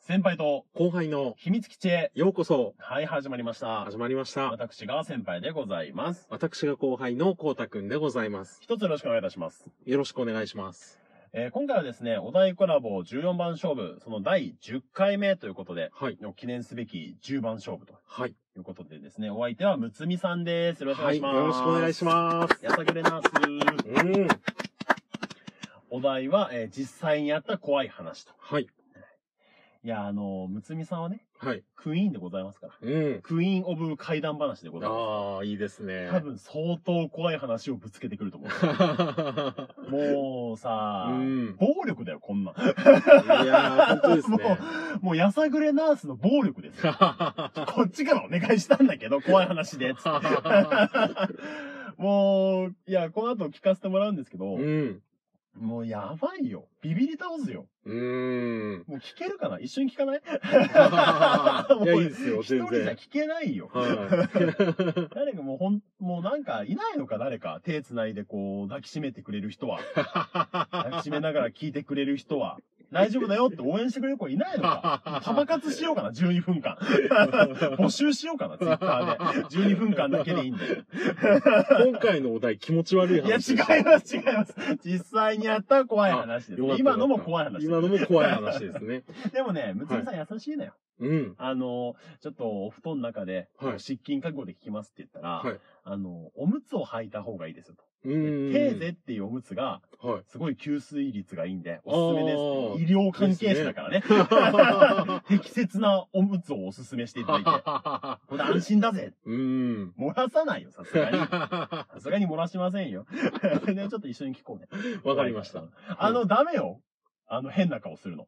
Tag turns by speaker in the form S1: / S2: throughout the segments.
S1: 先輩と
S2: 後輩の
S1: 秘密基地へ。
S2: ようこそ
S1: はい、始まりました。
S2: 始まりました。
S1: 私が先輩でございます。
S2: 私が後輩のこうたくんでございます。
S1: 一つよろしくお願いいたします。
S2: よろしくお願いします。
S1: えー今回はですね、お題コラボ14番勝負、その第10回目ということで、
S2: はい。
S1: 記念すべき10番勝負と
S2: はい。
S1: いうことでですね、お相手はむつみさんです。よろしくお願
S2: はいい。
S1: します。
S2: よろしくお願いします。
S1: やさぐれなす。
S2: うん。
S1: お題は、えー実際にあった怖い話と。
S2: はい。
S1: いや、あのむつみさんはね、
S2: はい。
S1: クイーンでございますから。
S2: うん。
S1: クイーンオブ怪談話でございます。
S2: ああ、いいですね。
S1: 多分相当怖い話をぶつけてくると思う。もうさ、
S2: うん。
S1: 暴力だよ、こんなん。
S2: いやー、本当ですね。
S1: もうやさぐれナースの暴力です よ。こっちからお願いしたんだけど、怖い話 で。つってもう、いや、この後聞かせてもらうんですけど、
S2: うん。
S1: もうやばいよ。ビビり倒すよ。
S2: うん。
S1: もう聞けるかな一緒に聞か ない
S2: いや、いいですよ、
S1: 一人
S2: 全
S1: じゃ
S2: 然。
S1: 聞けないよ。
S2: は
S1: 誰かもうほん、もうなんかいないのか誰か。手繋いでこう抱きしめてくれる人は。抱きしめながら聞いてくれる人は。大丈夫だよって応援してくれる子いないのか。パパ活しようかな、12分 間。募集しようかな、ツイッターで。12分間だけでいいんだ よ。
S2: 今回のお題気持ち悪い
S1: いや、違い
S2: 話でした。
S1: ます、違います。実際にやった怖い話です
S2: よかっ。た
S1: 今のも怖い話です
S2: 今のも怖い話ですね。
S1: でもね、むつみさん優しいのよ。
S2: うん。
S1: あの、ちょっとお布団の中で、
S2: はい
S1: 失禁覚悟で聞きますって言ったら、
S2: はい
S1: あの、おむつを履いた方がいいですよと。
S2: うん。
S1: テーゼっていうおむつが、
S2: はい。
S1: すごい吸水率がいいんで、おすすめです
S2: あ
S1: って。
S2: ー
S1: 医療関係者だからね。 適切なおむつをおすすめしていただい て。これ安心だぜ。
S2: うん。
S1: 漏らさないよ、さすがに。
S2: わ
S1: さすがに漏らしませんよ。 ね、ちょっと一緒に聞こうね。
S2: かりました。。
S1: あの、ダメよ。あの、変な顔するの。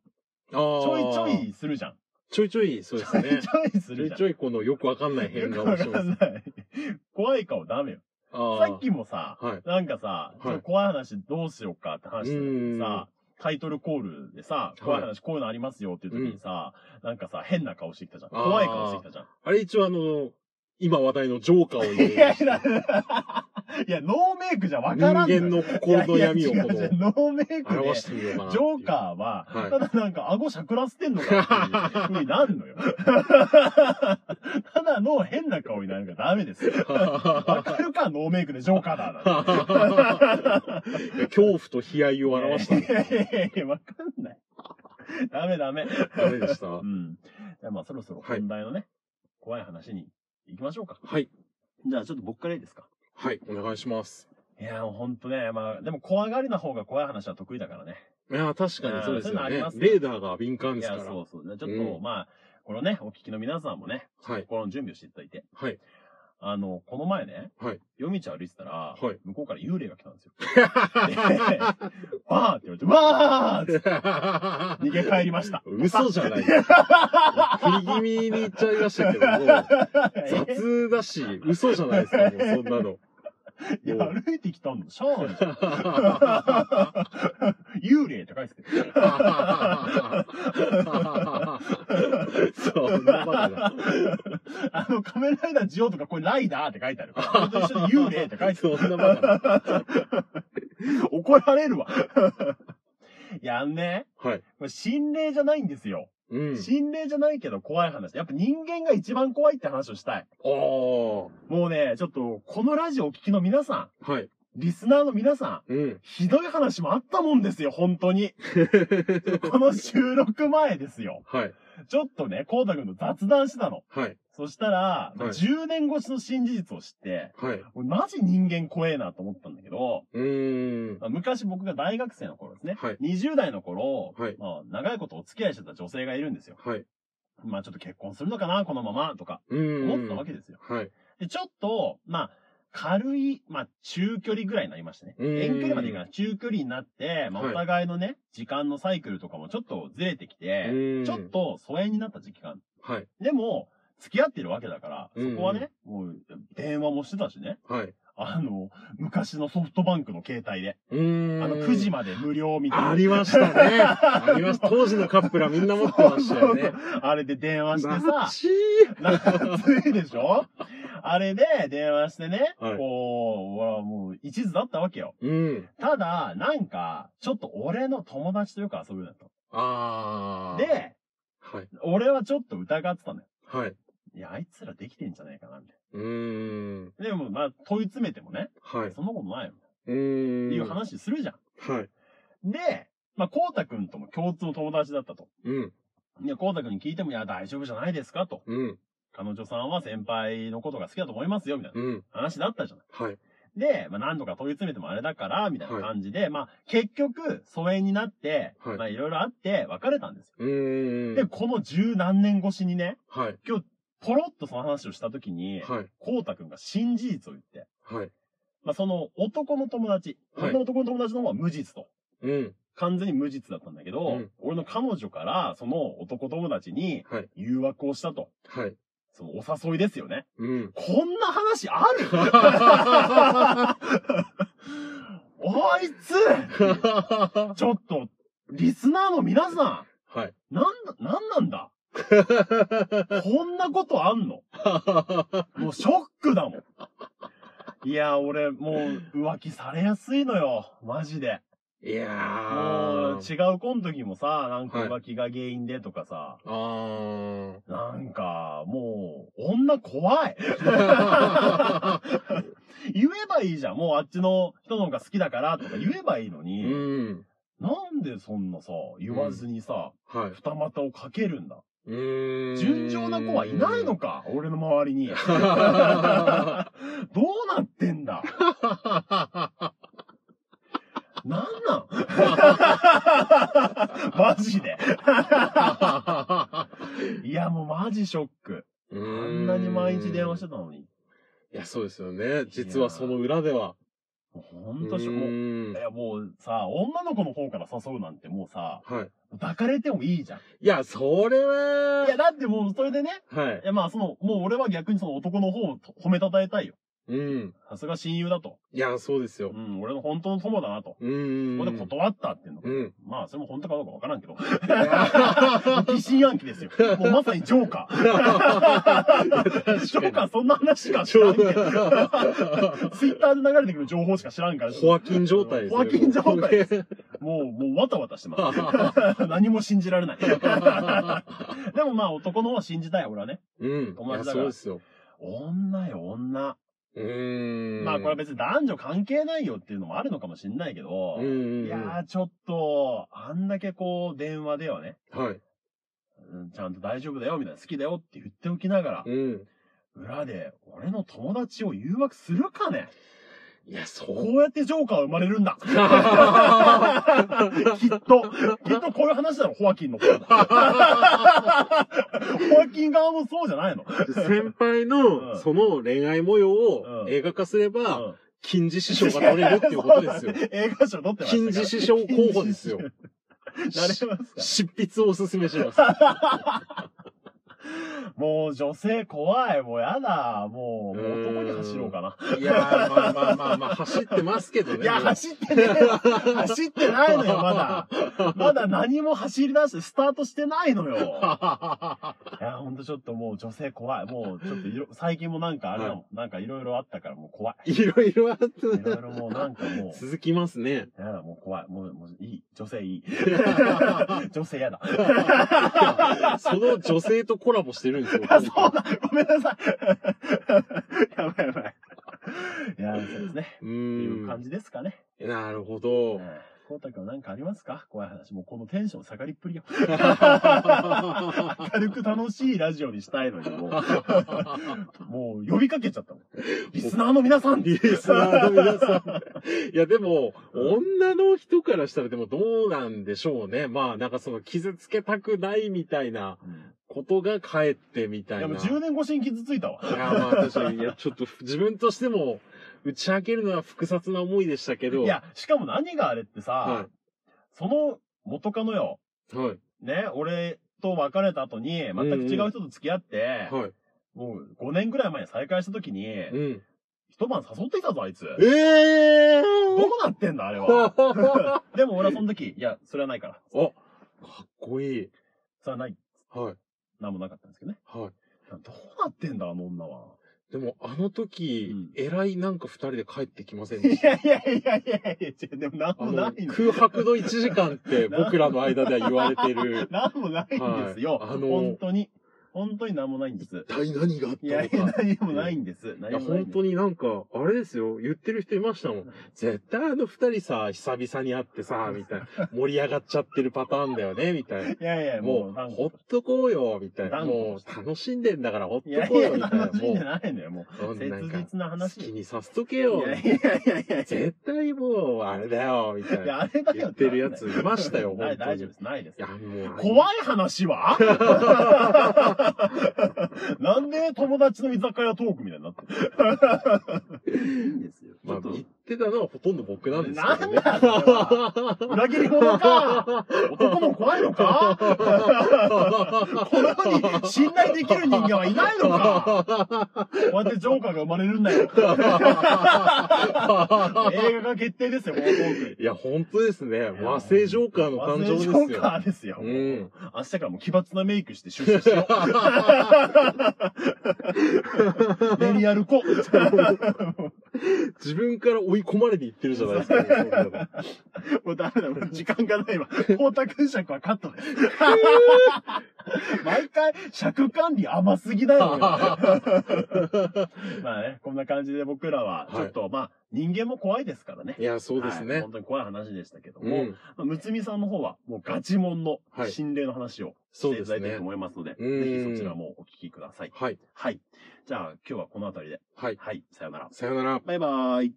S2: ち
S1: ちょいちょ
S2: ょ。
S1: いするじゃん。
S2: ちょいちょい、 そうですね
S1: ち。ょいす
S2: ちょ
S1: る
S2: い
S1: じゃん。
S2: ちょいこのよくわかんない変
S1: よ
S2: 顔
S1: く
S2: を
S1: わ
S2: し
S1: か
S2: ます
S1: ん。ない。怖い顔ダメよ。
S2: あ
S1: さっきもさ、
S2: ー。はい。
S1: なんかさ、ちょっと怖い話どうしようかって話してたけどさ、タイトルコールでさ、怖い話こういうのありますよっていう時にさ、なんかさ、変な顔してきたじゃん。
S2: あー
S1: 怖い顔してきたじゃん。
S2: あれ一応あの、今話題のジョーカーを入
S1: い
S2: れ
S1: や
S2: る
S1: いや、 いや、ノーメイクじゃわ
S2: 人
S1: からんのよ
S2: 間の心の闇を
S1: い
S2: こ
S1: やいや違う違う
S2: の、
S1: ノーメイクで、
S2: 表してみようかな。
S1: ジョーカーは、
S2: はい
S1: ただなんか顎しゃくらせてんのかっていう風になるのよ。ただの変な顔になるからダメですよ。わかるか、ノーメイクでジョーカーだな。
S2: いや恐怖と悲哀を表したん
S1: いや
S2: で
S1: いやいや、わかんない。ダメダメ。
S2: す。ダメでした。
S1: う
S2: は
S1: ん。じゃあまあそろそろ本題のね、怖い話に行きましょうか。
S2: い。
S1: じゃあちょっと僕からいいですか。
S2: はい。お願いします。
S1: いや、ほんとね、まあ、でも怖がりな方が怖い話は得意だからね。
S2: いやー、確かにそうです
S1: いやーそういうのあ
S2: よ
S1: り
S2: ね
S1: ます。ね
S2: レーダーが敏感
S1: い
S2: ですか
S1: や、
S2: ら。
S1: そうそう。じゃあちょっと、
S2: うん
S1: まあ、このね、お聞きの皆さんもね、
S2: はい。
S1: 心の準備をしていただいて。
S2: はい。
S1: あの、この前ね、
S2: はい
S1: 夜道歩いてたら、
S2: はい
S1: 向こうから幽霊が来たん ですよ。わーって言われて、わー って逃げ帰りました。
S2: 嘘じゃない。振り気味に言っちゃいましたけども、雑だし、嘘じゃないですか、もうそんなの。
S1: いや、歩いてきたんだ。シャー じゃん幽霊って書いてて。
S2: そんなバカな。
S1: あの、仮面ライダージオウとか、これライダーって書いてある。それと一緒に幽霊って書いてある。
S2: そんなバカな。
S1: 怒られるわ。いや、あのね、
S2: はい。
S1: これ心霊じゃないんですよ。
S2: うん。
S1: 心霊じゃないけど怖い話。やっぱ人間が一番怖いって話をしたい。
S2: ああ。
S1: もうね、ちょっと、このラジオをお聞きの皆さ
S2: はい。
S1: ん、リスナーの皆さん、
S2: うん。
S1: ひどい話もあったもんですよ、本当 に。この収録前ですよ。
S2: はい。
S1: ちょっとね、コウタ君と雑談してたの。
S2: はい。
S1: そしたら、
S2: はい
S1: 10年越しの新事実を知って、
S2: はい。
S1: 俺マジ人間怖えなと思ったんだけど、
S2: うーん。
S1: まあ昔僕が大学生の頃ですね。
S2: はい
S1: 20代の頃、
S2: はい
S1: まあ、長いことお付き合いしてた女性がいるんですよ。
S2: はい。
S1: まあちょっと結婚するのかな、このまま、とか
S2: うーん。
S1: 思ってたわけですよ。
S2: はい。
S1: で、ちょっと、まあ、軽い、まあ、中距離ぐらいになりましたね。
S2: うん
S1: 遠距離までいかない。中距離になって、まあ、
S2: は
S1: お
S2: い
S1: 互いのね、時間のサイクルとかもちょっとずれてきて、
S2: う
S1: ちょっ
S2: ん。
S1: と疎遠になった時期がある。
S2: はい。
S1: でも、付き合ってるわけだから、
S2: うん
S1: そこはね、もう、電話もしてたしね。
S2: はい。
S1: あの、昔のソフトバンクの携帯で。
S2: うーん。
S1: あの、9時まで無料みたいな。
S2: ありましたね。ありました。当時のカップルはみんな持ってましたよね。
S1: あれで電話して
S2: 懐
S1: さ
S2: か、しい
S1: 夏いでしょあれで電話してね、
S2: はい
S1: こう、俺はもう一途だったわけよ。
S2: うん。
S1: ただ、なんか、ちょっと俺の友達とよく遊ぶようになった
S2: あ
S1: の。
S2: ー。
S1: で、
S2: はい。
S1: 俺はちょっと疑ってたのよ。
S2: はい。
S1: いや、あいつらできてんじゃないかな、みたいう
S2: ーん。
S1: な。でも、まあ、問い詰めてもね、
S2: はい。
S1: そんなことないよ。っ
S2: う
S1: て
S2: ーん。
S1: いう。話するじゃ
S2: はい。
S1: ん。で、まあ、こうたくんとも共通の友達だったと。
S2: うん。
S1: いや、こうたくんに聞いても、いや、大丈夫じゃないですか、と。
S2: うん。
S1: 彼女さんは先輩のことが好きだと思いますよ、みたいな
S2: うん。
S1: 話だったじゃない。
S2: はい。
S1: で、まあ、何度か問い詰めてもあれだから、みたいな感じで、まあ、結局、疎遠になって、
S2: はい
S1: まあ、いろいろあって、別れたんですよ。
S2: うーん。
S1: で、この十何年越しにね、
S2: はい。
S1: ポロッとその話をした時に、
S2: はい。
S1: こうたくんが真実を言って、
S2: はい。
S1: まあ、その男の友達、
S2: はい
S1: 女の男の友達の方は無実と。
S2: うん。
S1: 完全に無実だったんだけど、
S2: うん
S1: 俺の彼女から、その男友達に
S2: はい。
S1: 誘惑をしたと。
S2: はい。
S1: そのお誘いですよね。
S2: うん。
S1: こんな話ある あいつ
S2: は
S1: ちょっと、リスナーの皆さ
S2: い。
S1: ん、なんだ、なんなん だこんなことあんのもうショックだもん。いや、俺、もう浮気されやすいのよ。マジで。
S2: いや
S1: もう
S2: ー。
S1: 違う子の時もさ、なんか浮気が原因でとかさ、
S2: あー。
S1: なんか、もう、女怖 い言えばいいじゃん。もうあっちの人の方が好きだからとか言えばいいの
S2: う
S1: に、
S2: ん。
S1: なんでそんなさ、言わずにさ、
S2: はい。
S1: 二股をかけるんだ。
S2: うーん。
S1: 純情な子はいない のか、俺の周りに。どうなってんだなん なんマジで。いや、もうマジショック。
S2: あ
S1: あんなに毎日電話してたのに。
S2: いや、そうですよね。実はその裏では。
S1: もうほんとしょ、もう
S2: う。ん
S1: いや、もうさ、女の子の方から誘うなんてもうさ、
S2: はい。
S1: 抱かれてもいいじゃん。
S2: いや、それ
S1: いや、
S2: は、
S1: だってもうそれでね、
S2: はい
S1: い。や、まあその、もう俺は逆にその男の方をと褒めたたえたいよ。
S2: うん。
S1: さすが親友だと。
S2: いや、そうですよ
S1: う。ん、俺の本当の友だなと。
S2: うん。
S1: ここで断ったっていうのが。
S2: うん。
S1: まあ、それも本当かどうかわからんけど。
S2: いや
S1: 疑心暗鬼です よ。もうまさにジョーカー。ジョーカーそんな話しか知 らんけど。ツイッターで流れてくる情報しか知らんから、
S2: ホアキン状態ですね
S1: ホアキン状態ですもう、もうわたわたしてます。何も信じられない。 でもまあ男の方は信じたい、俺はね。
S2: うん。い
S1: 友
S2: や、
S1: 達だから
S2: そうですよ。
S1: 女よ、女。
S2: うーん。
S1: まあこれは別に男女関係ないよっていうのもあるのかもしんないけど、
S2: うんうんうん。
S1: いやーちょっと、あんだけこう電話ではね、
S2: はい。
S1: うんちゃんと大丈夫だよ、みたいな、好きだよって言っておきながら、
S2: うん。
S1: 裏で俺の友達を誘惑するかね
S2: いや、そ
S1: こ
S2: う。
S1: うやってジョーカーは生まれ るんだきっと、きっとこういう話だろ、ホアキンの 方。ホアキン側もそうじゃないの、
S2: 先輩
S1: う
S2: の、
S1: ん
S2: その恋愛模様を
S1: うん
S2: 映画化すれ
S1: う
S2: ば、
S1: ん
S2: 金獅子賞が取れるっていうことですよ
S1: そう。 映画賞取ってました
S2: 金獅子賞候補ですよ。
S1: なれます
S2: 執筆をおすすめしま す。
S1: かもう女性怖い。もうやだ。もう、もう男に走ろうかな。
S2: いやー、まあまあまあまあ、走ってますけどね。
S1: いや、
S2: もう
S1: 走ってねえよ。走ってないのよ、まだ。まだ何も走り出して、スタートしてないのよ。いや、ほんとちょっともう女性怖い。もうちょっといろ、最近もなんかあれだもん。なんかいろいろあったからもう怖い。
S2: いろいろあっ
S1: いろい
S2: て、
S1: ろもうなんかも う、
S2: 続きますね。
S1: やだ、もう怖い。もう、もういい。女性い い。
S2: いや
S1: 女性やだ。
S2: その女性とコラボしてるんですよ。
S1: あ、そうだごめんなさい やばいやばい。いや、そうですね。
S2: う
S1: っていう
S2: ー
S1: 感
S2: ん。
S1: じですかね。
S2: なるほど。
S1: こうたくんなんかありますか怖い話。もうこのテンション下がりっぷり よ。明るく楽しいラジオにしたいのに、もう。もう呼びかけちゃったもん。リスナーの皆さん
S2: リスナーの皆さ ん。いや、でも、女の人からしたらでもどうなんでしょうね。まあ、なんかその傷つけたくないみたいなことがかえってみたい
S1: いや、
S2: な。
S1: もう10年越しに傷ついたわ。
S2: いや、まあ確かに、いや、ちょっと自分としても、打ち明けるのは複雑な思いでしたけど。
S1: い、や、しかも何があれってさ、
S2: は
S1: その元カノよ、
S2: い。はい。
S1: ね、俺と別れた後に、全く違う人と付き合って、
S2: はい。
S1: もう5年ぐらい前に再会した時に、
S2: うん。
S1: 一晩誘ってきたぞ、あいつ。
S2: ええ
S1: どうなってんだ、あれは。
S2: ー、 か
S1: でも俺はその時、いや、それはないから。
S2: っこいい。
S1: それはない。
S2: はい。
S1: なんもなかったんですけどね。
S2: はい。
S1: どうなってんだ、あの女は。
S2: でも、あの時、
S1: うん
S2: 偉いなんか二人で帰ってきませんで
S1: い
S2: した。
S1: やいやいやいやいや、でもなん
S2: あ
S1: も
S2: の
S1: ないんです。
S2: 空白の1時間って僕らの間では言われて る
S1: なんもないんですよ。
S2: はいあの
S1: 本当に。本当になんもないんです。
S2: 一体何があった
S1: いやい
S2: の
S1: や、
S2: か。
S1: 何もないんです。
S2: い
S1: 何
S2: や、
S1: もない
S2: 本
S1: んです
S2: 当になんか、あれですよ。言ってる人いましたもん。絶対あの二人さ、久々に会ってさ、みたいな。盛り上がっちゃってるパターンだよね、みたいな。
S1: いやいや、も
S2: も
S1: う、な
S2: う、
S1: んか
S2: ほっとこうよ、みたいな。
S1: 断固
S2: もう、楽しんでんだから、ほっと
S1: いやい
S2: こうよ、
S1: や、
S2: みたいな。
S1: 楽しん
S2: も
S1: でないんだよ、も
S2: う、
S1: う。切
S2: なんか、
S1: 実な
S2: 好
S1: 話。
S2: き
S1: い
S2: にさせとけ
S1: や
S2: よ。
S1: いやいやいやいや。
S2: 絶対もう、あれだよ、みたい
S1: い
S2: な。
S1: や、あれだよ
S2: 言ってるやついましたよ、
S1: な
S2: 本
S1: い
S2: 当
S1: 大
S2: に。
S1: 丈夫
S2: い
S1: です、ないです。
S2: や、もう。
S1: 怖い話は なんで友達の居酒屋トークみたいになってるいいんですよ。ち
S2: ま
S1: ょ
S2: あ、
S1: っと、
S2: 言ってたのはほとんど僕なんですけどね。
S1: なんだそれ裏切り者か男も怖いのかこの世に信頼できる人間はいないのかこうやってジョーカーが生まれるんだ よ。映画が決定ですよ、このトーク。
S2: いや、本当ですね。和製ジョーカーの誕生
S1: 和製
S2: で
S1: ジ
S2: す
S1: ョ
S2: よ。
S1: ーカーですよ。
S2: うん。
S1: 明日からもう奇抜なメイクして出社しよ う。練り歩こう。
S2: 自分から追い込まれていってるじゃないですか。そういうのが
S1: もうダメだ、もう時間がない わ。光沢尺はカットです。毎回、尺管理甘すぎだ よ。まあね、こんな感じで僕らは、ち
S2: はい
S1: ょっと、まあ、人間も 怖いですからね
S2: い。や、そうです
S1: はい
S2: ね
S1: 本。当に怖い話でしたけど
S2: う
S1: も、
S2: ん。
S1: まあむつみさんの方は、もうガチモンの
S2: はい
S1: 心霊の話を
S2: そ
S1: して
S2: う
S1: いた
S2: で
S1: だ
S2: す
S1: いてる
S2: ね
S1: と。思いますので、
S2: うん
S1: ぜひそちらもお聞きください。
S2: はい。
S1: はい。じゃあ、今日はこの辺りで。
S2: はい。
S1: はい、さよなら。
S2: さよなら。
S1: バイバーイ。